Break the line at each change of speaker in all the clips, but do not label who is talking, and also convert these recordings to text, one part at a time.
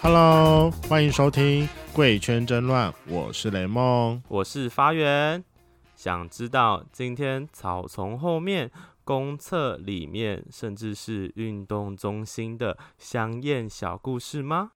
Hello，欢迎收听《贵圈争乱》，我是雷梦。
我是发源。想知道今天草丛后面、公厕里面，甚至是运动中心的香艳小故事吗？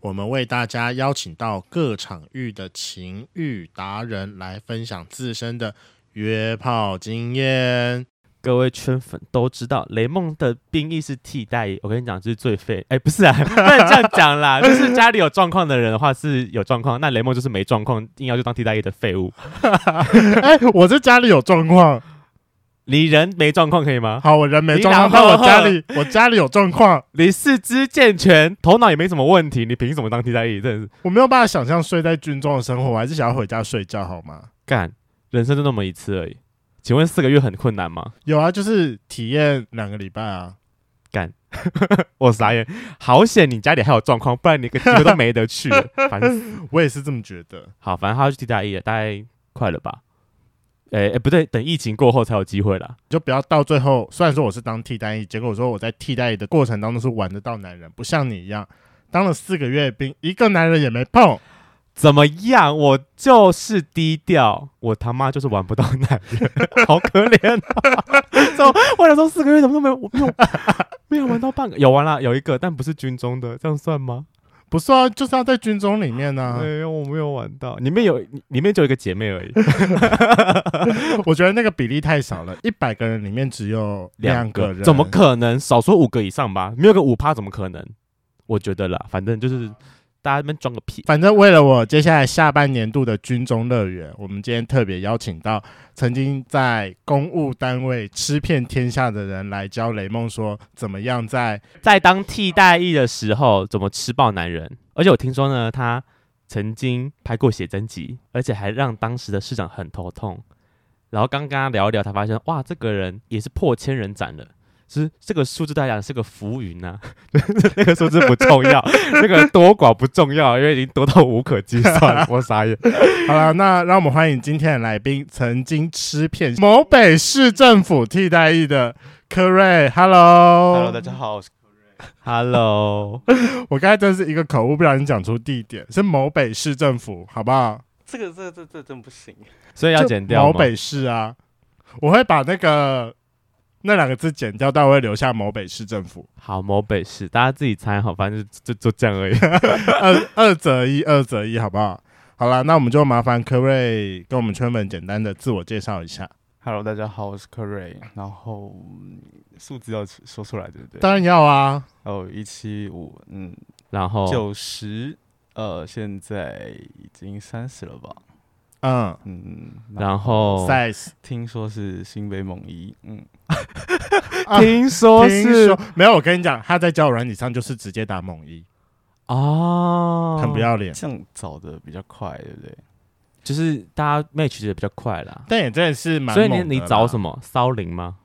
我们为大家邀请到各场域的情欲达人来分享自身的约炮经验。
各位圈粉都知道，雷梦的兵役是替代役。我跟你讲，就是最废。哎、不 是啊，不能这样讲啦。就是家里有状况的人的话是有状况，那雷梦就是没状况，硬要去当替代役的废物。
哎、我这家里有状况，
你人没状况可以吗？
好，我人没
你
状况，
老
但我
贺
家里我家里有状况，
你四肢健全，头脑也没什么问题，你凭什么当替代役？真的是
我没有办法想象睡在军中的生活，我还是想要回家睡觉，好吗？
干，人生就那么一次而已。请问四个月很困难吗？
有啊，就是体验两个礼拜啊。
我傻眼，好险你家里还有状况，不然你个机会都没得去了，烦死。
我也是这么觉得。
好，反正他要去替代役了，大概快了吧？哎、哎、不对，等疫情过后才有机会啦。
就不要到最后，虽然说我是当替代役，结果我说我在替代役的过程当中是玩得到男人，不像你一样当了四个月兵，一个男人也没碰。
怎么样？我就是低调，我他妈就是玩不到男人， 好可怜、啊。 怎么？我想说四个月怎么都没有，我没有没有玩到半个，有玩啦，有一个，但不是军中的，这样算吗？
不是啊，就是要在军中里面呢、啊
没有，我没有玩到，里面有里面就有一个姐妹而已。
我觉得那个比例太少了，一百个人里面只有两个人，
怎么？可能？少说五个以上吧，没有个五趴怎么可能？我觉得啦，反正就是大家们装个屁。
反正为了我接下来下半年度的军中乐园，我们今天特别邀请到曾经在公务单位吃遍天下的人来教雷梦说怎么样在
在当替代役的时候，怎么吃爆男人？而且我听说呢，他曾经拍过写真集，而且还让当时的市长很头痛。然后刚刚跟他聊一聊，他发现哇，这个人也是破千人斩了。是这个数字对他来讲是个浮云呐、 那个数字不重要， 那个多寡不重要，因为已经多到无可计算了。我傻眼。
好了，那让我们欢迎今天的来宾，曾经吃遍某北市政府替代役的柯瑞。Hello，,
Hello，大家好，我是
Hello，
我刚才真是一个口误，不小心讲出地点是某北市政府，好不好？
这个这个这个这个真不行，
所以要剪掉
某
吗
北市啊，我会把那个那两个字剪掉，但我会留下某北市政府。
好，某北市，大家自己猜好，反正就就就这样而已。
二二择一，二择一，好不好？好了，那我们就麻烦柯瑞跟我们圈粉简单的自我介绍一下。
Hello，大家好，我是柯瑞。然后嗯数字要说出来，对不对？
当然要啊，
哦，一七五，嗯，
然后
九十，呃，现在已经三十了吧？
嗯
嗯，那
然后
，size
听说是新北猛一，嗯，
啊
听说
听
是
说没有，我跟你讲，他在交友软体上就是直接打猛一，
哦，
很不，要脸。
这样找的比较快，对不对？
就是大家 match 的比较快啦。
但也真的是蛮
所以
猛
你
的
你找什
么？
么骚灵吗？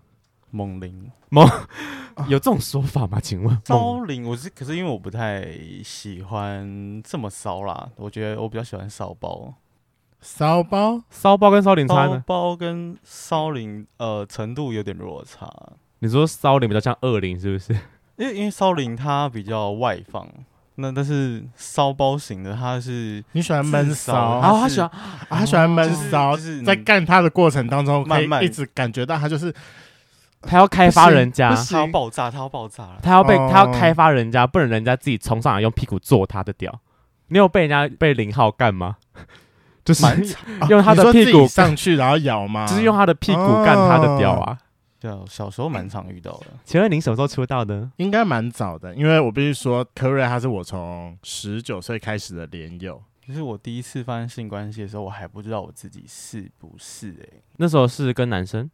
猛灵，
啊
有这种说法吗？请问
骚灵，我是可是因为我不太喜欢这么骚啦，我觉得我比较喜欢骚包，
骚包？
骚包跟骚灵差
骚
呢？
包跟骚灵，呃，程度有点落差。
你说骚灵比较像恶灵是不是？
因为因为骚灵它比较外放，那但是骚包型的它是
你喜欢闷
自
骚？
骚
啊
啊
哦，他
是
喜欢
他喜欢闷
就是
骚，
就是
在
你
干他的过程当中，可
慢
以
慢
一直感觉到他就是
他要开发人家
不，
它要
行
爆炸，它要爆炸了。
他要被
哦
他要开发人家，不能人家自己冲上来用屁股坐他的屌。你有被人家被零号干吗？ 就是
蛮
啊
用他
你
的
说
屁
自己
股
上去，然后咬吗？
就是用他的屁股干他的屌啊。
就小时候蛮常遇到的，
请问您什么时候出道的？
应该蛮早的，因为我必须说，科瑞他是我从十九岁开始的连友。
就是我第一次发生性关系的时候，我还不知道我自己是不是诶、
那时候是跟男生，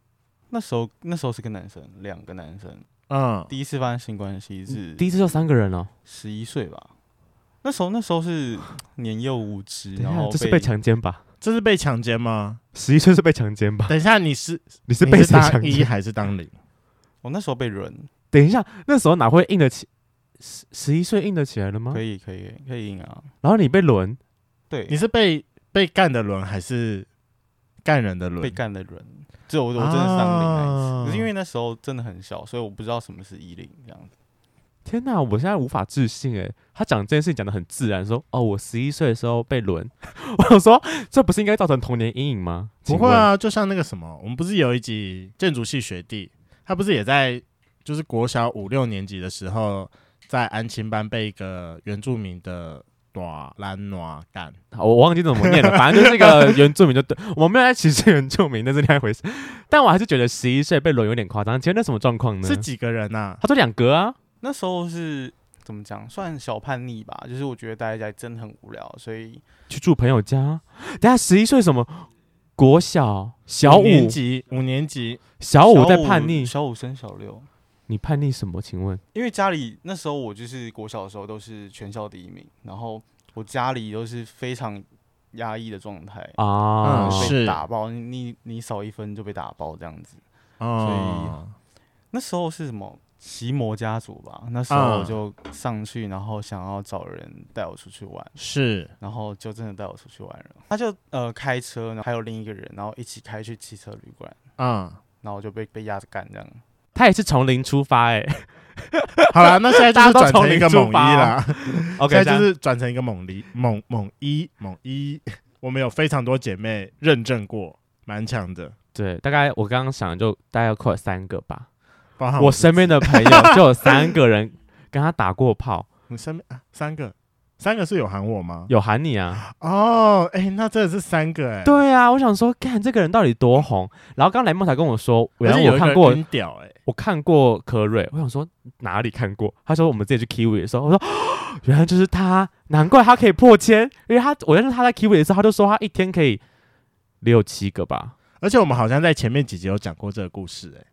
那时候那时候是跟男生，两个男生，
嗯，
第一次发生性关系是
嗯第一次就三个人哦。
十一岁吧。那时候那时候是年幼无知，
等一
然
下，
后
这是被强奸吧？
这是被强奸吗？
十一岁是被强奸吧？
等一下，你是
你是
你
被
是
谁
当
强
一
奸？
还是当零？
我哦那时候被人
等一下，那时候哪会硬得起？十十一岁硬得起来了吗
可？以可以可以赢啊，
然后你被轮，
对，
你是被被干的轮还是干人的轮？
被干的人，就我我真的是当零那一次，可是因
啊
为那时候真的很小，所以我不知道什么是一零这样子。
天哪，我现在无法置信哎！他讲这件事情讲的很自然，说哦，我十一岁的时候被轮， 我想说这不是应该造成童年阴影吗？
不
请
会
问，
啊，就像那个什么，我们不是有一集建筑系学弟，他不是也在就是国小五六年级的时候，在安亲班被一个原住民的短兰暖干，
好我忘记怎么念了，反正就是一 个原住民就对，我没有在歧视原住民，那是另外一回事。但我还是觉得十一岁被轮有点夸张。请问那什么状况呢？
是几个人呐、
他说两格啊，
那时候是怎么讲，算小叛逆吧，就是我觉得待在家里真的很无聊，所以
去住朋友家。等下十一岁什么国小小
五年
五
级，五年级，
小五啊在叛逆，
小五升小六。
你叛逆什么？请问
因为家里那时候我就是国小的时候都是全校第一名，然后我家里都是非常压抑的状态，
啊，
嗯
就是被打爆，你你你少一分就被打爆这样子。
哦，
那时候是什么奇摩家族吧？那时候
嗯
我就上去，然后想要找人带我出去玩，
是
然后就真的带我出去玩了。他就呃开车，然后还有另一个人，然后一起开去汽车旅馆，
嗯，
然后我就被被压着干这样。
他也是从零出发哎、
好了，那现在就是
大家
转
都从
成一个
零出
猛一啦，
OK，
现
这
在
样
就是转成一个猛一猛猛一猛一，我们有非常多姐妹认证过，蛮强的，
对，大概我刚刚想的就大概扣了三个吧。
包含
我
身
身边的朋友就有三个人跟他打 过炮，
你身边啊三个。三个是有喊我吗？
有喊你啊？
哦，哎、那真的是三个哎、
对啊，我想说，看这个人到底多红。然后刚来梦才跟我说，原
而且
来
有
我
一
看
个
过，
晕屌哎、
我看过科瑞。我想说哪里看过？他说我们自己去 Kiwi 的时候，我说哦原来就是他，难怪他可以破千，因为他我认识他在 Kiwi 的时候，他就说他一天可以六七个吧，
而且我们好像在前面几集有讲过这个故事哎、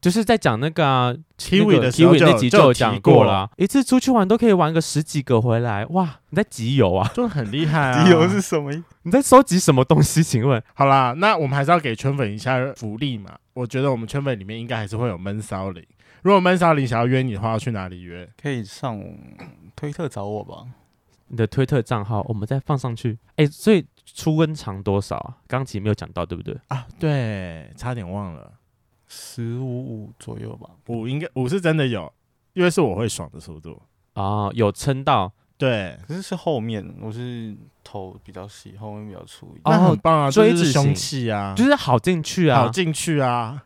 就是在讲那个啊
Kiwi 的时候
Kiwi
就有
那集
就
就
有
有
提
讲
过
过啦，一次出去玩都可以玩个十几个回来，哇！你在集邮啊？
就很厉害啊。
理由是什么意思？
你在收集什么东西？请问
好啦，那我们还是要给圈粉一下福利嘛。我觉得我们圈粉里面应该还是会有闷骚灵。如果闷骚灵想要约你的话，要去哪里约？
可以上推特找我吧。
你的推特账号，我们再放上去。哎、所以初温长多少啊？刚其实没有讲到，对不对？
啊，对，差点忘了，
十五五左右吧，
五应该五是真的有，因为是我会爽的速度。
哦，有撑到，
对，
可是是后面，我是头比较细，后面比较粗一点，
哦
那很棒啊，
追
这就是
字型
凶器啊，
就是好进去啊。
好进去啊。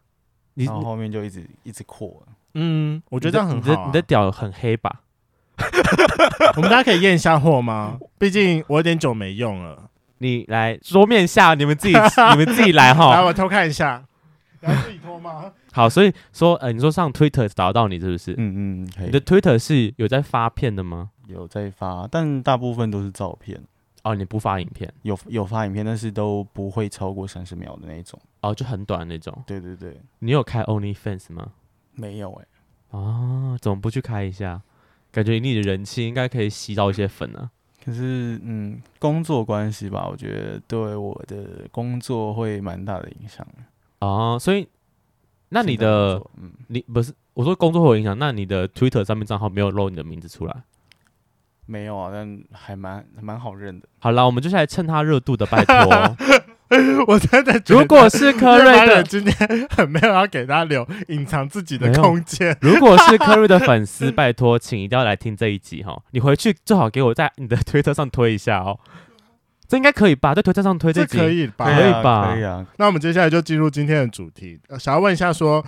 你
然后后面就一直一直扩了。
嗯，我
我
觉得这样很好、啊
你的你 的屌很黑吧？
我们大家可以验一下货吗？毕竟我有点久没用了。
你来桌面下，你们自己 你们自己来
来，
哈。
我偷看一下。你要自己脱吗？
好，所以说，呃，你说上 Twitter 找到你是不是？
嗯嗯，可
你的 Twitter 是有在发片的吗？
有在发，但大部分都是照片，
哦，你不发影片，
有有发影片，但是都不会超过三十秒的那一种。
哦，就很短那种。
对对对，
你有开 OnlyFans 吗？
没有哎、
啊，怎么不去开一下？感觉你的人气应该可以吸到一些粉啊。
可是嗯，工作关系吧，我觉得对我的工作会蛮大的影响。
哦，所以那你
现在工
的
作嗯，
你不是我说工作会有影响，那你的 Twitter 上面账号没有露你的名字出来。
没有啊，但还蛮还蛮好认的。
好啦，我们就是来蹭他热度的，拜托。
我真的觉得
如果是科
日
瑞
本人
的，
今天很没有要给他留隐藏自己的空 间，
如果是科瑞的粉丝，拜托，请一定要来听这一集哈。你回去最好给我在你的 Twitter 上推一下哦，这应该可以吧？在 Twitter 上推
这
这集
可以吧？
可以
啊
吧
可以啊，
那我们接下来就进入今天的主题，呃想要问一下说。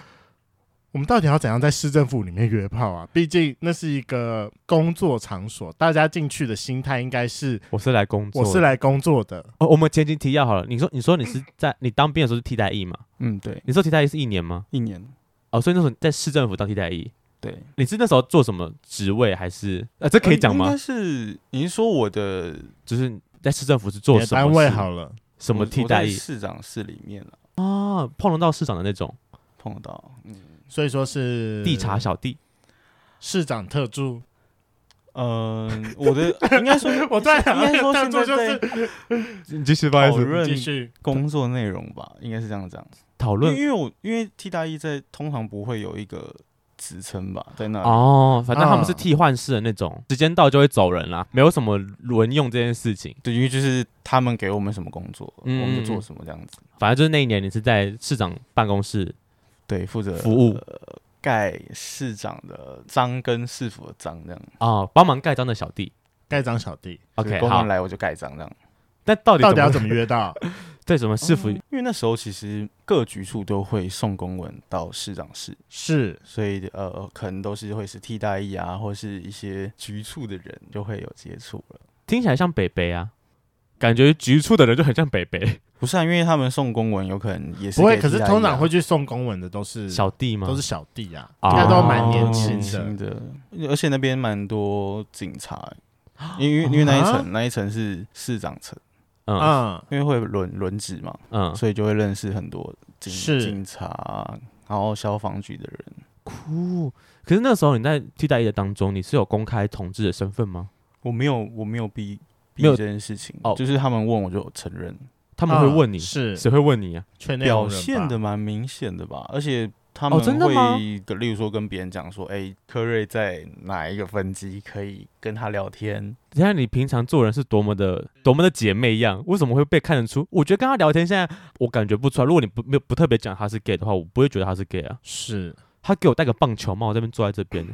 我们到底要怎样在市政府里面约炮啊？毕竟那是一个工作场所，大家进去的心态应该是
我是来工作
我
的，
是来工作的，
哦。我们前情提要好了，你说你说你是在你当兵的时候是替代役嘛？
嗯，对，
你说替代役是一年吗？
一年，
哦，所以那时候你在市政府当替代役，
对，
你是那时候做什么职位？还是呃，这可以讲
应
吗
该？是你是说我的
就是你在市政府是
你
做
的
什么
单位
事
好了，
什么
我
替
我在
代役
市长室里面了，
啊？碰得到市长的那种
碰到，嗯，
所以说是
地查小弟，
市长特助，
呃，我 的应该说
我在想
应该说
特
现
助就
在
是
在
你继续
讨
继
论
续
工作内容吧，应该是这样讲。
讨
因为
论
因为我因为替代役在通常不会有一个职称吧，在那里
哦，反正他们是
啊
替换式的那种，时间到就会走人啦，没有什么轮用这件事情。
对，因为就是他们给我们什么工作，
嗯
我们就做什么这样子。
反正就是那一年你是在市长办公室
对，负责
服务
呃盖市长的章跟市府的章这样。
哦，帮忙盖章的小弟。
盖章小弟，
就是
OK，
公
好
安，来我就盖章这样。哦
但到底
到底要
怎
怎么约到？
对怎么市府
因为那时候其实各局处都会送公文到市长室，
是
所以呃，可能都是会是替代役啊，或是一些局处的人就会有接触了。
听起来像北北啊？感觉局处的人就很像北北
不是啊，因为他们送公文有可能也是
不会，
给
可是
替代役啊
通常会去送公文的都是
小弟吗？
都是小弟啊，
哦
应该都蛮年轻
年轻
的。
的，而且那边蛮多警察欸、因为因为那一层、
啊
那一层是市长层，
嗯
嗯，
因为会轮轮值嘛，
嗯，
所以就会认识很多警
是
警察，然后消防局的人。
酷。可是那时候你在替代役的当中，你是有公开同志的身份吗？
我没有我没有逼逼
没有
这件事情，
哦
就是他们问我就承认，
他们会
嗯
问你，
是
谁会问你啊？
圈内
表
红人吧
现的蛮明显的吧，而且。他
哦
们
真的吗
会跟，例如说跟别人讲说，哎、科瑞在哪一个分机可以跟他聊天，
你看你平常做人是多么的多么的姐妹一样，为什么会被看得出？我觉得跟他聊天，现在我感觉不出来。如果你不没有不特别讲他是 gay 的话，我不会觉得他是 gay 啊。
是
他给我戴个棒球帽，这边坐在这边，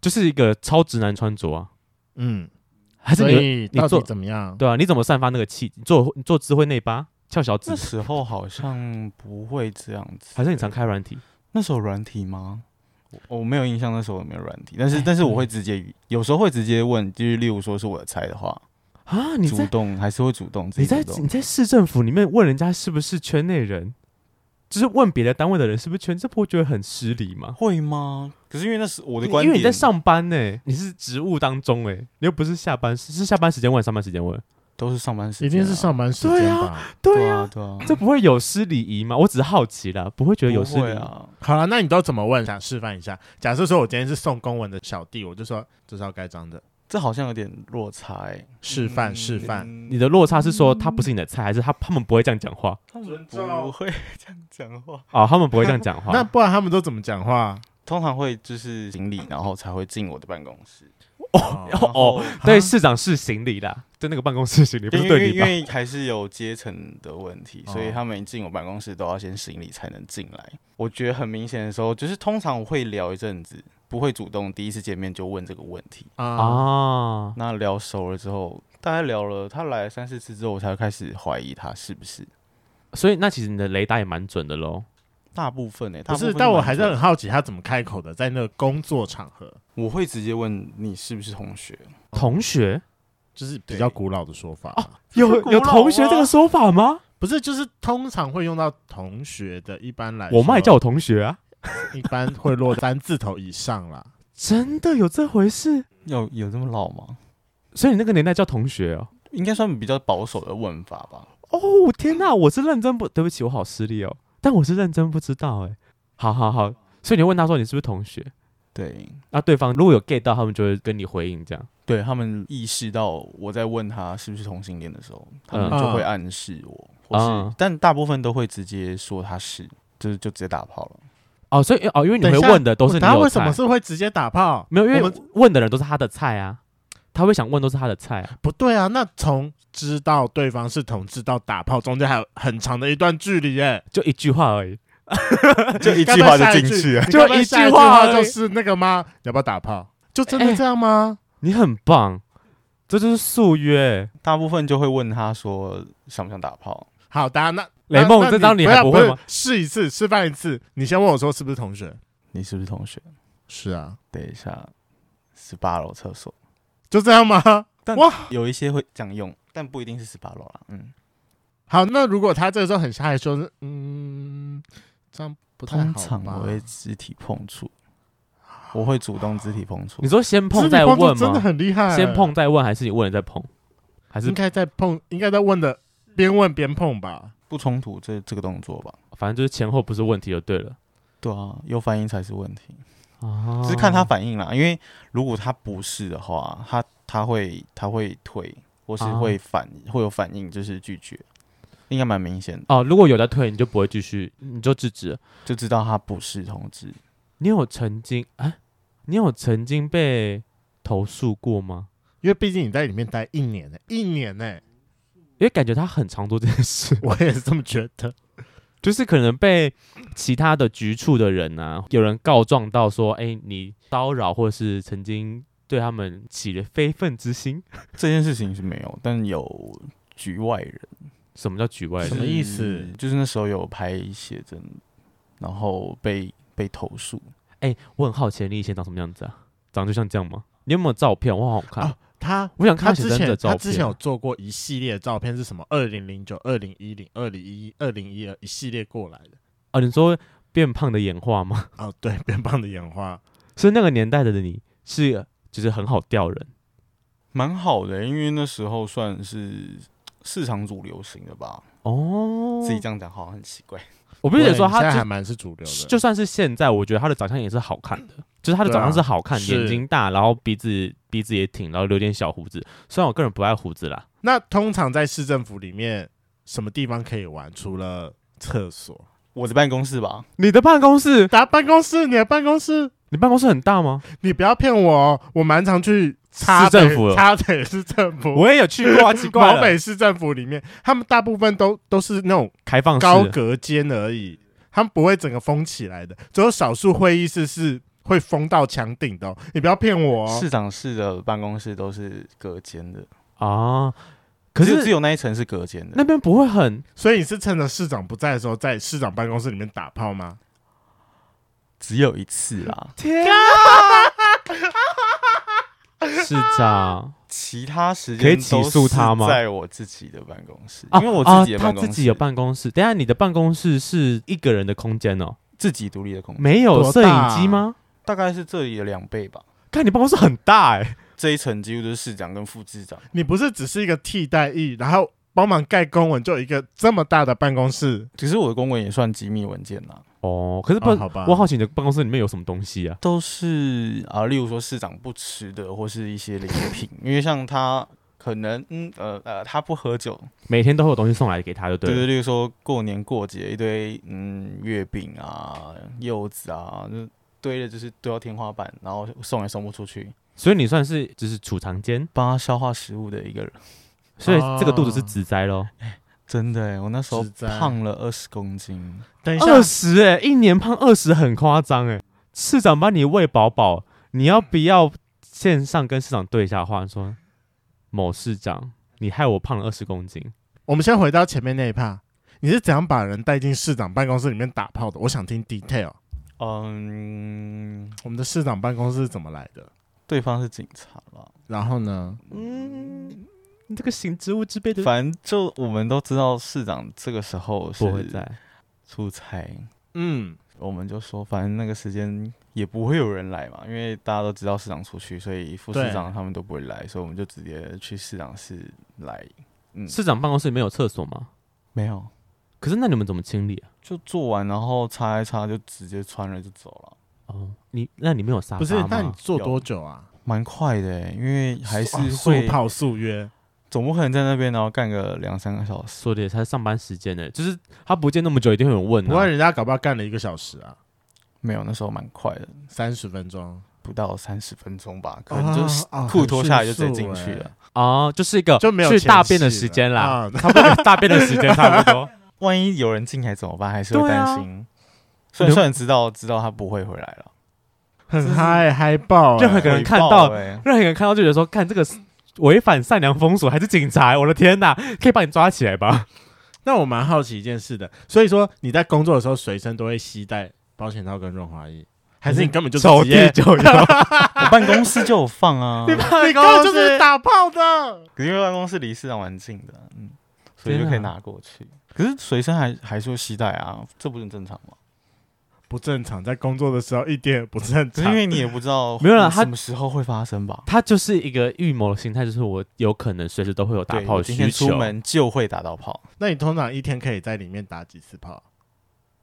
就是一个超直男穿着 啊。
嗯，
还是
所
你
以到底
做
怎么样？
对啊？你怎么散发那个气？你做你做智慧内八翘小指
那，时候好像不会这样子，
还是你常开软体？
那时候软体吗？我我没有印象，那时候有没有软体，但
哎
是但是
嗯
我会直接，有时候会直接问，就是例如说是我的菜的话，
啊？你
主
在
动还是会主动自
你
己
在
主
你
动。
在市政府里面问人家是不是圈内人，就是问别的单位的人是不是圈，这不会觉得很失礼吗？
会吗？可是因为那是我的观点，
因为你在上班呢、你是职务当中哎、你又不是下班，是是下班时间问，上班时间问。
都是上班时间、啊
一定是上班时间吧？
对啊，对啊，
这不会有失礼仪吗？我只是好奇啦，不会觉得有失
不会
礼仪、
啊。
好了，那你都怎么问？想示范一下。假设说我今天是送公文的小弟，我就说这是要盖章的，
这好像有点落差、欸，嗯
示范示范。
你
你
的落差是说他不是你的菜，还是他他们不会这样讲话？
他
尊
们
重
不会 这样讲话，
哦，他们不会这样 讲话。
那不然他们都怎么讲话？
通常会就是行礼，然后才会进我的办公室。
哦
哦哦，对，市长是行礼啦，对那个办公室行礼，不
对，
是
啊因为
对你
因
吧？
为还是有阶层的问题，所以
哦
他们一进我办公室都要先行礼才能进来。我觉得很明显的时候，就是通常我会聊一阵子，不会主动第一次见面就问这个问题。
啊，
啊，
那聊熟了之后，大概聊了他来了三四次之后，我才会开始怀疑他是不是。
所以那其实你的雷达也蛮准的喽。
大部分呢、欸，
不
大部
是，
分
但我
蛮
还是
准
很好奇他怎么开口的，在那个工作场合，
我会直接问你是不是同学，
同学
就是比
对哦
较古老的说法啊。
有
古
有
老
同学这个
啊
说法吗？
不是，就是通常会用到同学的，一般来说
我妈也叫我同学啊，
一般会落三字头以上 啦。
真的有这回事？
有有这么老吗？
所以你那个年代叫同学哦。
应该算比较保守的问法吧。
哦天哪，我是认真不，对不起，我好失礼哦。但我是认真不知道哎、好好好，所以你问他说你是不是同学？
对，
那对方如果有 get 到，他们就会跟你回应这样。
对他们意识到我在问他是不是同性恋的时候，他们
嗯
就会暗示我，或是、
嗯
但大部分都会直接说他是，就是就直接打炮 了。
哦，所以哦，因为你
等
会
一下
问的都是你
他
有
为什
菜
么，是会直接打炮？
没有，因
我
为
们
问的人都是他的菜啊，他会想问都是他的菜啊。
不对啊。那从知道对方是同志到打炮，中间还有很长的一段距离耶、
就一句话而已，
就一
你该不
句
会
话就
下一
进去了，
你该不会
就一句
下一句
话
话
而已
就是那个吗？你要不要打炮？就真的
哎
这样吗？
你很棒，这就是素约。
大部分就会问他说想不想打炮，
好的啊，那
雷
那
梦
那
这招你
不
还
要
不
不
会
是
吗
试一次，示范一次。你先问我说是不是同学？
你是不是同学？
是啊，
等一下，十八楼厕所。
就这样吗？
但
哇
有一些会这样用，但不一定是十八楼啦。嗯，
好，那如果他这个时候很害羞，嗯，这样不太好
通
吧
常我会肢体碰触，我会主动肢体碰触
你。说先
肢
碰
体
再
碰触
问
真的
吗？
很厉害。
先碰再问，还是你问了再碰？还是
应该在碰，应该在问的，边问边碰吧。
不冲突这这个动作吧？
反正就是前后不是问题就对了。
对啊，有反应才是问题，
哦
只是看他反应啦。因为如果他不是的话，他他会他会退，或是
啊
会反、会有反应，就是拒绝，应该蛮明显的，
哦，如果有在退，你就不会继续，你就制止了。
就知道他不是同志。
你有曾经啊？你有曾经被投诉过吗？
因为毕竟你在里面待一年呢、一年呢、 。
因为感觉他很常做这件事
我也是这么觉得。
就是可能被其他的局处的人啊，有人告状到说，哎、你骚扰或是曾经对他们起了非分之心。
这件事情是没有，但有局外人。
什么叫局外
哎什
人？
么意思
就是那时候有拍写真，然后被被投诉。
哎、我很好奇你以前长什么样子啊？长得就像这样吗？你有没有照片？我好好看。
啊他
我想看
他
写
之
真的
前
照
他
片。
之前有做过一系列的照片，是什么？二零零九、二零一零、二零一、二零一二一系列过来的。
啊，你说变胖的演化吗？
哦，对，变胖的演化，
所以那个年代的你是就是很好钓人，
蛮好的、欸因为那时候算是市场主流型的吧。
哦，
自己这样讲好像很奇怪。
我必须得说，
对你现
他
在还
就
蛮是主流的，
就算是现在，我觉得他的长相也是好看的，就是他的
对啊
长相是好看，
是
眼睛大，然后鼻子鼻子也挺，然后留点小胡子。虽然我个人不爱胡子啦，
那通常在市政府里面，什么地方可以玩？除了厕所，
我的办公室吧，
你的办公室，
打办公室，你的办公室，
你办公室很大吗？
你不要骗我哦，我蛮常去插
市政
北
府了
插北市政府，
我也有去过啊，奇怪
毛
了，
北市政府里面，他们大部分都都是那种
开放式
高隔间而已，他们不会整个封起来的，只有少数会议室是会封到墙顶的哦、你不要骗我、哦，
市长室的办公室都是隔间的，
啊，可
只有只
是
有那一层是隔间的。
那边不会很
所以你是趁着市长不在的时候，在市长办公室里面打炮吗？
只有一次啦，
天 啊！市长
其他时
可以
间
起
都
诉他
是
吗
在我自己的办公室，
啊
因为我自己的
啊，他
办公室，
自己有办公室。等一下，你的办公室是一个人的空间哦，
自己独立的空间，
没有
多
摄
大
影
啊
机吗？
大概是这里的两倍吧。
看你办公室很大哎、
这一层几乎都是市长跟副市长。
你不是只是一个替代役，然后帮忙盖公文，就有一个这么大的办公室，
只是我的公文也算机密文件啦，
哦，可是不，
哦好吧
我好奇你的办公室里面有什么东西啊？
都是啊，例如说市长不吃的或是一些礼品，因为像他可能嗯呃呃他不喝酒，
每天都会有东西送来给他，就对
对
了。
对，例如说过年过节一堆嗯月饼啊、柚子啊，就堆的就是堆到天花板，然后送也送不出去，
所以你算是就是储藏间，
帮他消化食物的一个人。
所以这个肚子是直栽
哦
咯。
真的欸，我那时候
实在
胖了二十公斤，
等一下
二，十哎，一年胖二十很夸张哎。市长把你喂饱饱，你要不要线上跟市长对一下话，说某市长，你害我胖了二十公斤？
我们先回到前面那一趴，你是怎样把人带进市长办公室里面打炮的？我想听 detail，
嗯，
我们的市长办公室是怎么来的？
对方是警察啦，
然后呢？
嗯，你这个行职务之辈的
反正就我们都知道市长这个时候是
不会在，
出差，
嗯，
我们就说，反正那个时间也不会有人来嘛，因为大家都知道市长出去，所以副市长他们都不会来，所以我们就直接去市长室来。嗯，
市长办公室里面有厕所吗？
没有，
可是那你们怎么清理啊？
就做完然后擦一擦就直接穿了就走了，
哦，你那里面有沙发
不是
吗？，
那你做多久啊？
蛮快的欸、因为还是
哇速
会，
泡速约，
总不可能在那边然后干个两三个小时。
说的也才上班时间呢，就是他不见那么久，一定会有人问、
不过
啊。
人家搞不好干了一个小时啊，
没有，那时候蛮快的，
三十分 钟，
不到三十分钟吧，可能
啊
就是
啊
裤
很
脱下来就
迅
直接进
速
去
欸
了。
哦，就是一个
就没有
去
前
大便的
戏
时
了
间啦，
啊
差不多大便的时间差不 多。
万一有人进来怎么办？还是会
对啊
担心。虽然虽然知道知道他不会回来了，
很嗨嗨爆欸，
任何一个人看到
回报欸
让人看到就觉得说，看这个是违反善良风俗，还是警察？欸我的天哪，可以把你抓起来吧？
那我蛮好奇一件事的，所以说你在工作的时候随身都会携带保险套跟润滑液，还是你根本就
手
直
地
接
就有，
我办公室就有放 啊，
你根本就是打炮的？
可是因为办公室离市长蛮近的，嗯，所以就
天啊
可以拿过去。可是随身还还是会携带啊，这不是很正常吗？
不正常，在工作的时候一点也不正
只是因
常。
为你也不知道
没有啦他
什么时候会发生吧？
他就是一个预谋的心态，就是我有可能随时都会有打
对
炮
我
的
今
需
天
求。
出门就会打到炮，
那你通常 一天可以在里面打几次炮？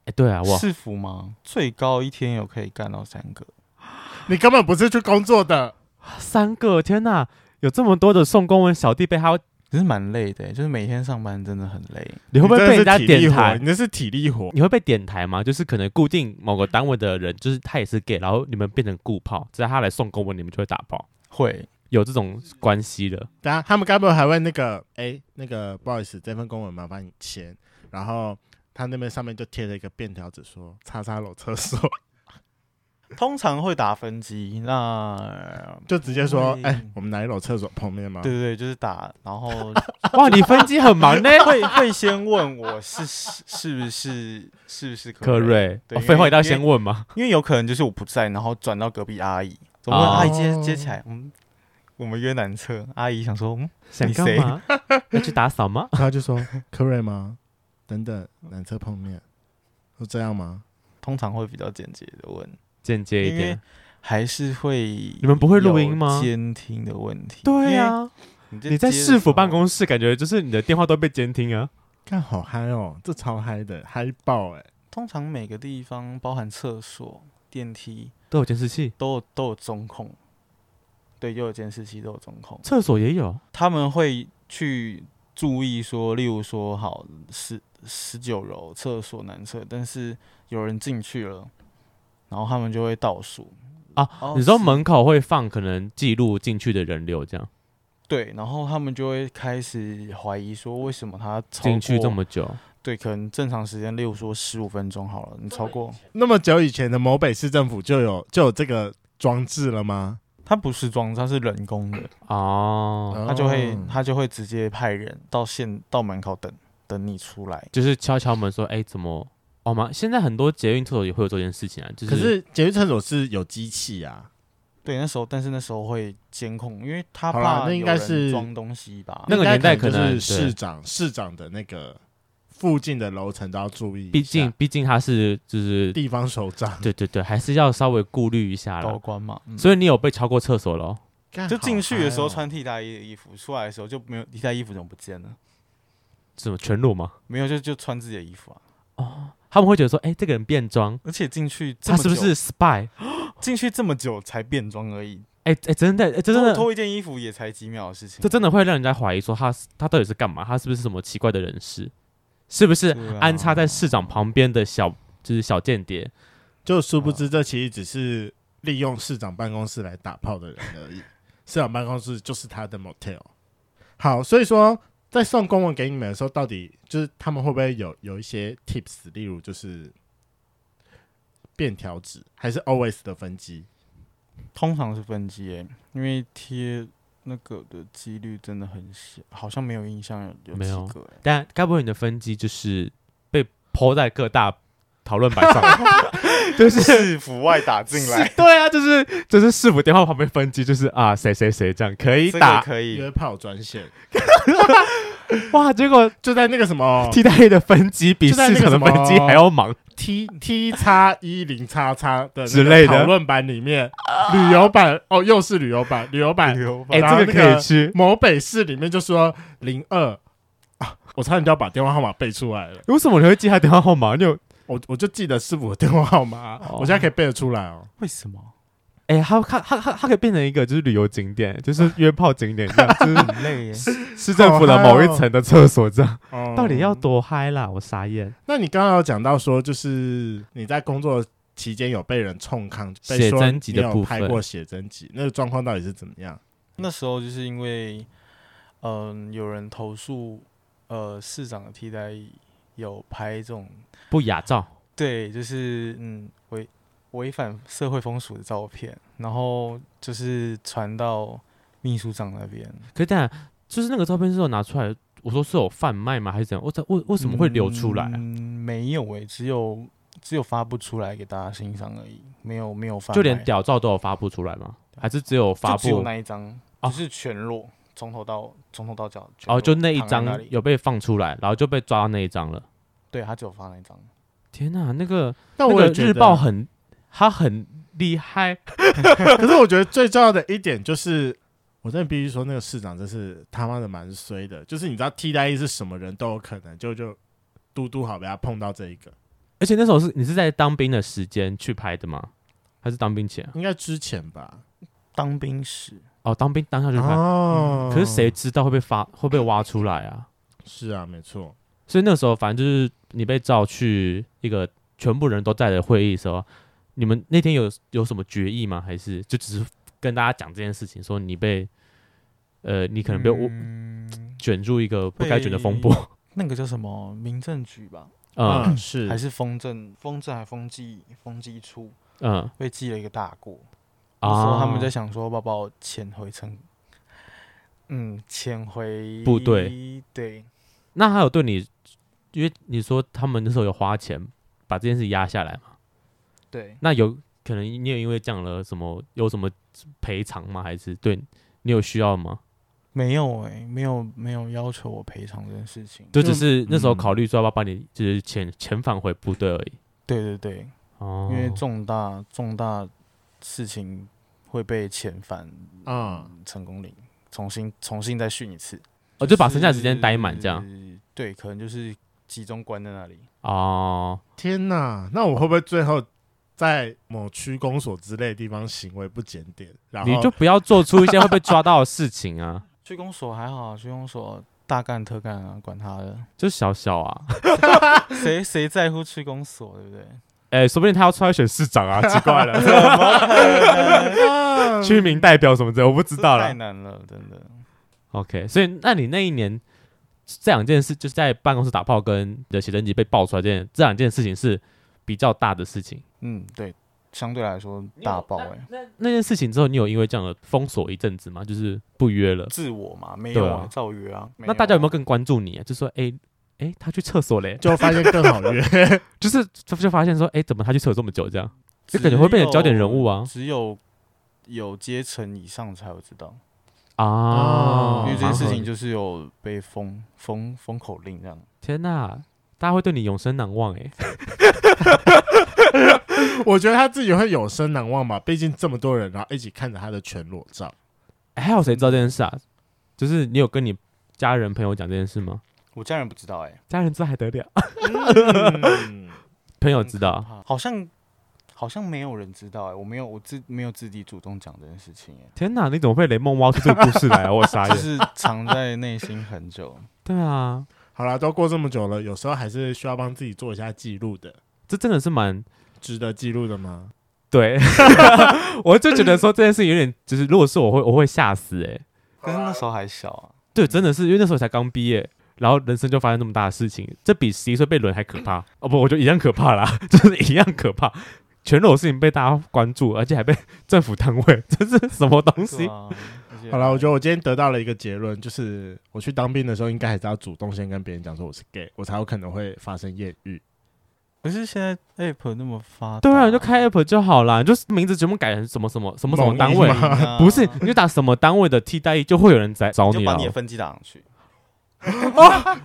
哎、对啊，我
是服吗？最高一天有可以干到三个，
你根本不是去工作的，
三个，天哪，有这么多的送公文小弟被他，
只是蛮累的欸、就是每天上班真的很累。
你会不会
你
被
真
人家
的是体力
点
活？
台
你？那是体力活。
你会被点台吗？就是可能固定某个单位的人，就是他也是 gay，然后你们变成固炮，只要他来送公文，你们就会打炮，
会，
有这种关系 的。
等下他们该不会还会那个？哎、那个不好意思，这份公文麻烦你签，然后他那边上面就贴了一个便条纸说“叉叉楼厕所
通常会打分机，
嗯
那”，
就直接说
对：“
哎、我们哪一楼厕所碰面吗
对对对，就是打，然后
哇，你分机很忙呢，
会 会先问我是是是不是是不是
柯
可瑞，
瑞，
对
哦
因为
废话一定要先问 嘛。
因为有可能就是我不在，然后转到隔壁阿姨，总不能
哦
阿姨接接起来，嗯，我们约男厕，阿姨想说，嗯，
想
你
干
谁
嘛？要去打扫吗？”？
他就说：“科瑞吗？等等，男厕碰面，是这样吗
通常会比较简洁的问，
间接一
因为
点，
还是会
你们不会录音吗
有监听的问题，
对啊，
因为
你
你
在
在
市府办，公室，感觉就是你的电话都被监听啊。？”
看好嗨哦，这超嗨的，嗨爆哎、
通常每个地方包含厕所、电梯
都有监视器，
都有都有中控，对，都有监视器，都有中控。
厕所也有，
他们会去注意说，例如说，好十十九楼厕所男厕，但是有人进去了，然后他们就会倒数
啊。
哦
你知道
是
门口会放可能记录进去的人流，这样
对，然后他们就会开始怀疑说，为什么他超
进去
过
这么久，
对，可能正常时间，例如说十五分钟好了，你超过
那么久以前的某北市政府就有就有这个装置了吗？
它不是装，它是人工的，
哦，
它就会
哦
它就会直接派人到现到门口等等你出来。
就是敲敲门说，哎、怎么？哦吗？现在很多捷运厕所也会有这件事情啊，就
可是捷运厕所是有机器啊，
对，那时候，但是那时候会监控，因为他
好啦
怕
那应
有
该
人
是
装东西吧。
那个年代
应该
可能
就是市长市长的那个附近的楼层都要注意一下，
毕竟毕竟他是就是
地方首长
对对对，还是要稍微顾虑一下
高
了。
官嘛，嗯
所以你有被敲过厕所咯？
干
就进去的时候
好嗨哦
穿替代衣的衣服，出来的时候就没有替代衣服怎么不见了？
什么全裸吗？
没有，就就穿自己的衣服啊。
他们会觉得说，哎、这个人变装，
而且进去这
他
么
是不
久
是 spy？
进去这么久才变装而已？
哎哎、真的，哎、真
脱
的，
脱一件衣服也才几秒的事情。
这真的会让人家怀疑说他是他到底是干嘛？他是不是什么奇怪的人士？是不是
对啊
安插在市长旁边的小就是小间谍？
就殊
嗯
不知这其实只是利用市长办公室来打炮的人而已。市长办公室就是他的 motel。好，所以说在送公文给你们的时候，到底就是他们会不会有有一些 tips，例如就是便条纸，还是 always 的分机？
通常是分机、欸，因为贴那个的几率真的很小，好像没有印象有有
没有
几个、欸。
但该不会你的分机就是被抛在各大讨论板上？ 就是
是府外打进来，
对啊，就是就是市府电话旁边分机，就是啊谁谁谁这样可以
这
打、
个可以
约炮专线
哇，结果
就在那个什 么
替代役的分机比
就在
市
那个哦
场的
什么
分机还要忙，
T T 叉一零叉叉的那个
之类的
讨论版里面，旅游版哦，又是旅游版，旅游版
留吧
哎、
然后
这
那
可
个
以吃。
某北市里面就说零二啊，我差点就要把电话号码背出来了。
为什么你会记他电话号码？你有
我我就记得是我的电话号码，
哦
我现在可以背得出来哦。
为什么？
哎、他他他他他可以变成一个就是旅游景点，就是 约炮景点这样，就是
很累 耶、
市政府的某一层的厕所这样，
哦
到底要？多嗨啦！我傻眼，
那你刚刚有讲到说，就是你在工作期间有被人冲康，被
写
说
真集的
你有
部
拍
分
过写真集，那个状况到底是怎么样？
那时候就是因为，嗯、有人投诉，呃，市长的替代役有拍这种，
不雅照，
对，就是嗯违违反社会风俗的照片，然后就是传到秘书长那边，
可是当然就是那个照片是有拿出来，我说是有贩卖吗？还是怎样？我怎为为什么会流出来啊、
嗯，没有诶、只有只有发布出来给大家欣赏而已，没有没有发，
就连屌照都有发布出来吗？还是只有发
就只有
布？
那一张，
哦
就是全裸，从头到从头到脚，全
哦，
裸
就那一
躺在那
张
里
有被放出来，然后就被抓到那一张了。
对他只有发那一张。
天哪、那个
那
那
我
个
也觉得
日报很，他很厉害，
可是我觉得最重要的一点就是，我真的必须说，那个市长真是他妈的蛮衰的。就是你知道替代役是什么人都有可能，就就嘟嘟好被他碰到这一个，
而且那时候是你是在当兵的时间去拍的吗？还是当兵前？
应该之前吧。
当兵时，
哦，当兵当下去拍。
哦
可是谁知道会被发会被挖出来啊？
是啊，没错，
所以那时候反正就是你被召去一个全部人都在的会议的时候，你们那天有有什么决议吗？还是就只是跟大家讲这件事情，说你被呃你可能被我
嗯
卷入一个不该卷的风波？
那个叫什么民政局吧？
嗯
嗯，是
还是风筝，风筝还风纪风纪处
嗯
被记了一个大过。那时
啊，
候他们在想说，要把我潜回成，嗯，潜回
部队。
对，
那还有对你，因为你说他们那时候有花钱把这件事压下来嘛，
对，
那有可能你有因为这样了什么有什么赔偿吗？还是对你有需要吗？
没有哎、没有没有要求我赔偿这件事情。
就
就
只是那时候
嗯
考虑说要不要把你就是遣遣返回部队而已。
对对对，
哦，
因为重大重大事情会被遣返
嗯，
成功岭，重新重新再训一次。
哦就把剩下的时间待满这样
就是。对，可能就是集中关在那里。
哦，
天哪，那我会不会最后在某区公所之类的地方行为不检点，然后
你就不要做出一些会被抓到的事情啊，
去公所还好啊，去公所大干特干啊，管他的，
就小小啊，
谁谁在乎去公所，对不对？
哎、说不定他要出来选市长啊，奇怪了，
啊
区民代表什么的，我不知道
这太
了。
难了，真的。
OK，所以那你那一年这两件事，就是在办公室打炮跟你的写真集被爆出来这件这两件事情是比较大的事情。
嗯，对，相对来说大爆哎、欸，
那那件事情之后，你有因为这样的封锁一阵子吗？就是不约了？
自我嘛，没
对
有
啊
啊，照约啊。
那大家有没有
跟？
更关注你、啊？就说哎哎、诶他去厕所嘞，
就发现更好约，
就是就就发现说哎、诶怎么他去厕所这么久这样？就感觉会变成焦点人物啊
只有有阶层以上才会知道，
啊！
哦
因为这件事情
就
就是有被封封封口令这样。
天哪、大家会对你永生难忘哎、
我觉得他自己会有生难忘吧，毕竟这么多人，然后一起看着他的全裸照，
诶 还有谁知道这件事啊？就是你有跟你家人朋友讲这件事吗？
我家人不知道哎、
家人知道还得了？
嗯，
朋友
我
知道，
好像好像没有人知道哎、我没有我自没有自己主动讲这件事情哎、
天哪，你怎么被雷梦挖出这个故事 来啊？我傻
就
眼。
是藏在内心 很久。
对啊，
好啦，都过这么久了，有时候还是需要帮自己做一下记录的，
这真的是蛮
值得记录的吗？
对，我就觉得说这件事有点，就是如果是我会，我会吓死哎、
可是那时候还小啊，
对，真的是因为那时候才刚毕业，然后人生就发生这么大的事情，这比十一岁被轮还可怕哦！不，我觉得一样可怕啦， 就是一样可怕。全裸事情被大家关注，而且还被 政府单位， 这是什么东
对
西？
啊而且
好了，我觉得我今天得到了一个结论，就是我去当兵的时候，应该还是要主动先跟别人讲说我是 gay，我才有可能会发生艳遇。
可是现在 app 那么发达，
对啊，你就开 app 就好啦，你就是名字全部改成什么什么什么什么
某
单
音
位，
吗
啊
不是你就打什么单位的替代役，就会有人来找
就
你
把
了
你。的分机打上 去。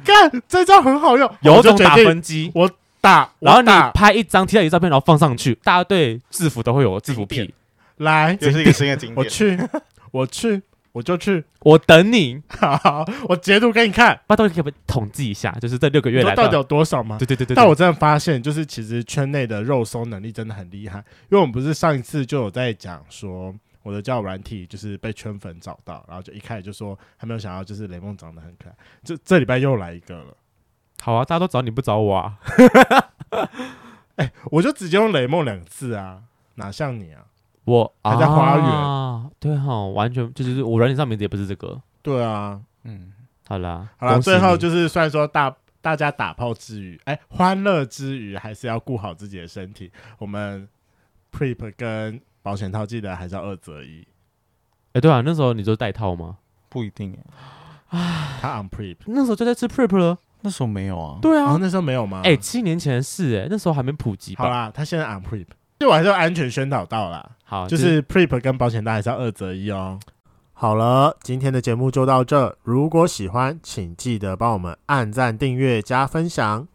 干，这招很好用，
有
我就
种
决
打
定
分机，
打，
然后你
打
拍一张替代役照片，然后放上去，大家对制服都会有制服癖。
来，
这是一个新的景
我
点。
去， 我去，我就去，
我等你，
好，我截图给你看，
那到底可不可以统计一下？就是这六个
你
月
说
来
到底有多少吗？
对对对对，
但我真的发现，就是其实圈内的肉搜能力真的很厉害，因为我们不是上一次就有在讲说。我的交友软体就是被圈粉找到，然后就一开始就说还没有想到，就是雷梦长得很可爱。这这礼拜又来一个了，
好啊，大家都找你不找我啊？
哎我就直接用雷梦两次啊，哪像你啊？
我
还在花园
啊、对哈、完全就是我软件上名字也不是这个。
对啊，
嗯，
好啦，
好了，
恭喜
最后
你
就是虽然说大大家打炮之余，哎、欢乐之余，还是要顾好自己的身体。我们 prep 跟保险套记得还是要二择一，
哎、对啊，那时候你就戴套吗？
不一定耶，欸
他 on prep。
那时候就在吃 prep 了。
那时候没有啊。
对
然
啊，
后那时候没有吗？
哎、七年前的事哎、那时候还没普及
好
吧？
啦，他现在 on prep，对我还是要安全宣导到啦。
好，
哦就是 Prep 跟保险单还是要二择一哦。好了，今天的节目就到这。如果喜欢，请记得帮我们按赞、订阅、加分享。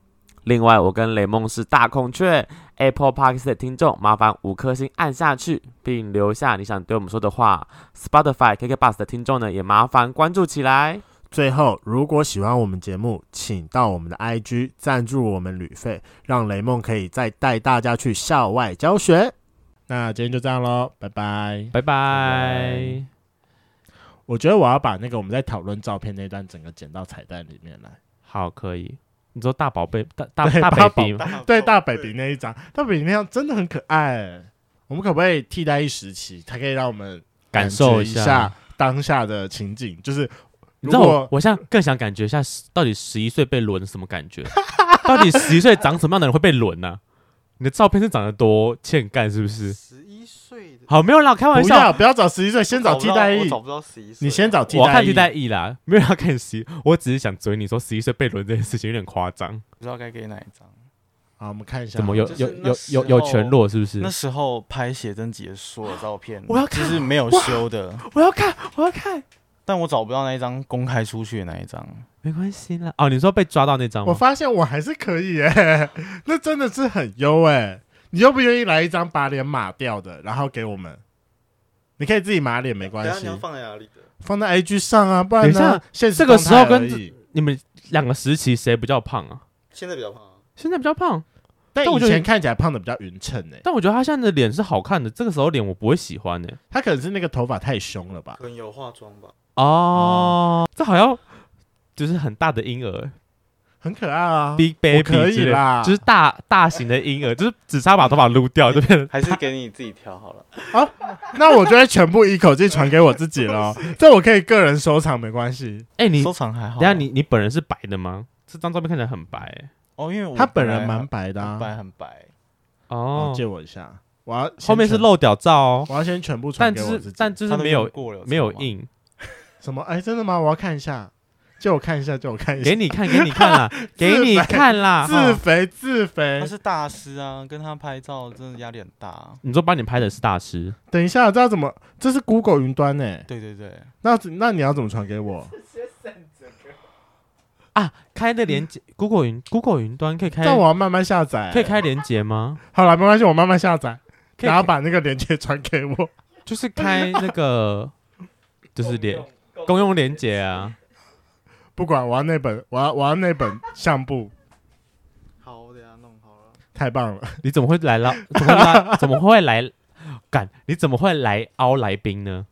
另外，我跟雷梦是大孔雀 Apple Park 的听众，麻烦五颗星按下去，并留下你想对我们说的话。Spotify KK Bus 的听众呢，也麻烦关注起来。
最后，如果喜欢我们节目，请到我们的 IG 赞助我们旅费，让雷梦可以再带大家去校外教学。那今天就这样喽，拜拜。
拜拜
拜。
我觉得我要把那个我们在讨论照片那段整个剪到彩蛋里面来。
好，可以。你说大宝贝，大大
对
大
大
baby 吗？
对，大北鼻那一张，大北鼻那张真的很可爱欸。我们可不可以替代一时期，它可以让我们
感受
觉
一
一
下
当下的情景？就是
你
如
知道我
果，
我现在更想感觉一下，到底十一岁被轮什么感觉？到底十一岁长什么样的人会被轮呢、你的照片是长得多欠干是不是？
十一岁的，
好，没有啦，开玩
不
笑
要，不要找实习生，先找替代
我
役
找，不到十一岁，
你先找替
我要
代
看
役，
替代役啦，没有人要看十，我只是想追你说十一岁被轮这件事情有点夸张，
不知道该给哪一张。
好，我们看一下，
怎么有
就是
有
那
有
时
有有全
候
裸是不是
那？时候拍写真集的所有照片，
我要
就
看
是没有修的，
我要看，我要看，
但我找不到那一张公开出去的那一张。
没关系啦。哦，你说被抓到那张
我
吗？
发现我还是可以耶、 那真的是很优哎、你又不愿意来一张把脸码掉的，然后给我们？你可以自己码脸没关系，
放在哪里的？
放在 IG 上啊，不然
等一
呢
下？
现实
这个
动
时候
态
跟
而已
你们两个时期谁比较胖啊？
现在比较胖、啊。
现在比较胖，
但
但我
以
觉得
前看起来胖的比较匀称哎，
但我觉得他现在的脸是好看的，这个时候脸我不会喜欢的、欸
他可能是那个头发太凶了吧？
可能有化妆吧。
哦，这好像就是很大的婴儿
很可爱啊，
，Big
我
Baby
可
之
以
类的
啦，
就是大大型的婴儿，就是只差把头发撸掉就变成
还是给你自己挑好了。
那我就会全部一口气传给我自己 了，这我可以个人收藏没关系。
哎、你
收藏还好。
等一下你你本人是白的吗？这张照片看起来很白、欸、
哦，因为我
他本人
来
蛮白的
很
啊，
白很白，
哦
哦，
借我一下，我要先
后面是
全，
露屌照哦，
我要先全部传
但
给
就
我
是
自己。
但就是
他都
没有
过了，
没有
知道吗。
印，
什么？哎，真的吗？我要看一下，借我看一下，借我看一下。
给你看给你看 啦，给你看啦，
自
哈
肥自肥
他。是大师啊，跟他拍照真的压力很大啊、
你说帮你拍的是大师，
等一下，这要怎么？这是 Google 云端呢、
对对对，
那那你要怎么传给我？
开的连接 Google 云 Google 云端可以开
但我要慢慢下载、
哎
欸
可以。开连接吗？
好了，没关系，我慢慢下载，
可以
然后把那个链接传给我。
就是开那 个就是连公用连接啊，
不管，我要那本，我要我要那本相簿，
好，我等下弄好了。
太棒了！
你怎么会来了？怎么会来？ 怎么会来？干，你怎么会来凹来宾呢？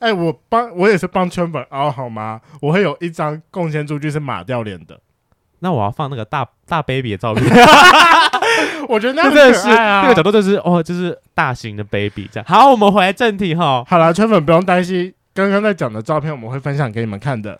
哎、我帮我也是帮圈粉凹好吗？我会有一张贡献数据是马掉脸的，
那我要放那个大大 baby 的照片，
我觉得那
这
很
真的是
可爱啊。
那个角度就是哦，就是大型的 baby 这样。好，我们回来正题哈。
好了，圈粉不用担心，刚刚在讲的照片我们会分享给你们看的。